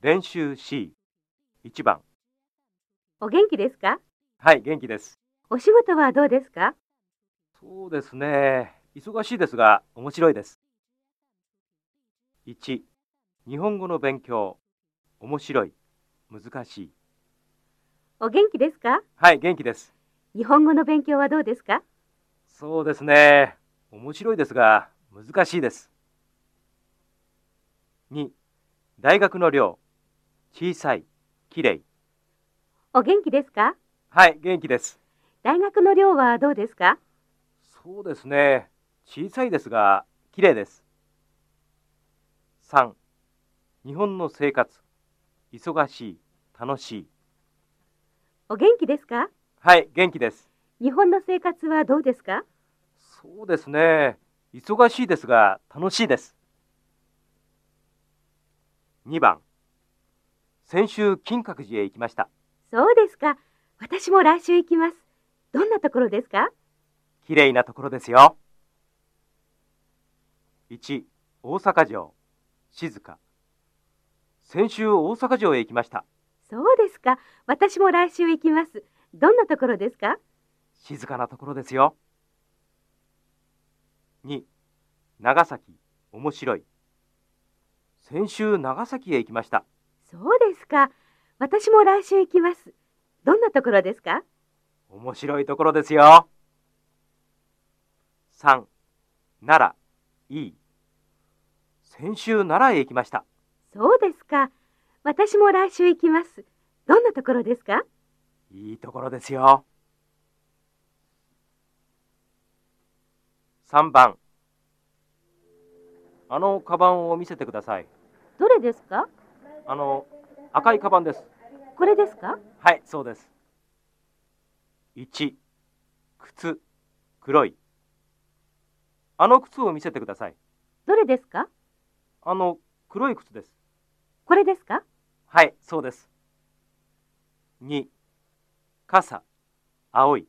練習 C 一番お元気ですかはい元気ですお仕事はどうですかそうですね忙しいですが面白いです一日本語の勉強面白い難しいお元気ですかはい元気です日本語の勉強はどうですかそうですね面白いですが難しいです二大学の寮小さいきれいお元気ですかはい元気です大学の寮はどうですかそうですね。小さいですが、綺麗です。3. 日本の生活。忙しい、楽しい。お元気ですかはい、元気です。日本の生活はどうですかそうですね。忙しいですが、楽しいです。2番。先週、金閣寺へ行きました。そうですか私も来週行きますどんなところですか綺麗なところですよ。1. 大阪城、静か。先週、大阪城へ行きました。そうですか私も来週行きますどんなところですか静かなところですよ。2. 長崎、面白い。先週、長崎へ行きました。そうですか私も来週行きますどんなところですか面白いところですよ。3. 奈良、いい。先週、奈良へ行きました。そうですか私も来週行きますどんなところですかいいところですよ。3番。あのカバンを見せてください。どれですかあの赤いカバンです。これですかはい、そうです。1、靴、黒い。あの靴を見せてください。どれですかあの黒い靴です。これですかはい、そうです。2、傘、青い。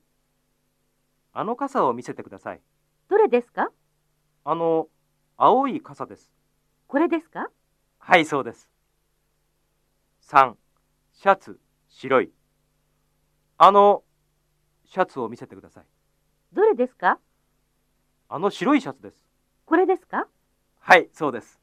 あの傘を見せてください。どれですかあの青い傘です。これですかはい、そうです。3、シャツ、白い。あのシャツを見せてください。どれですかあの白いシャツです。これですかはい、そうです。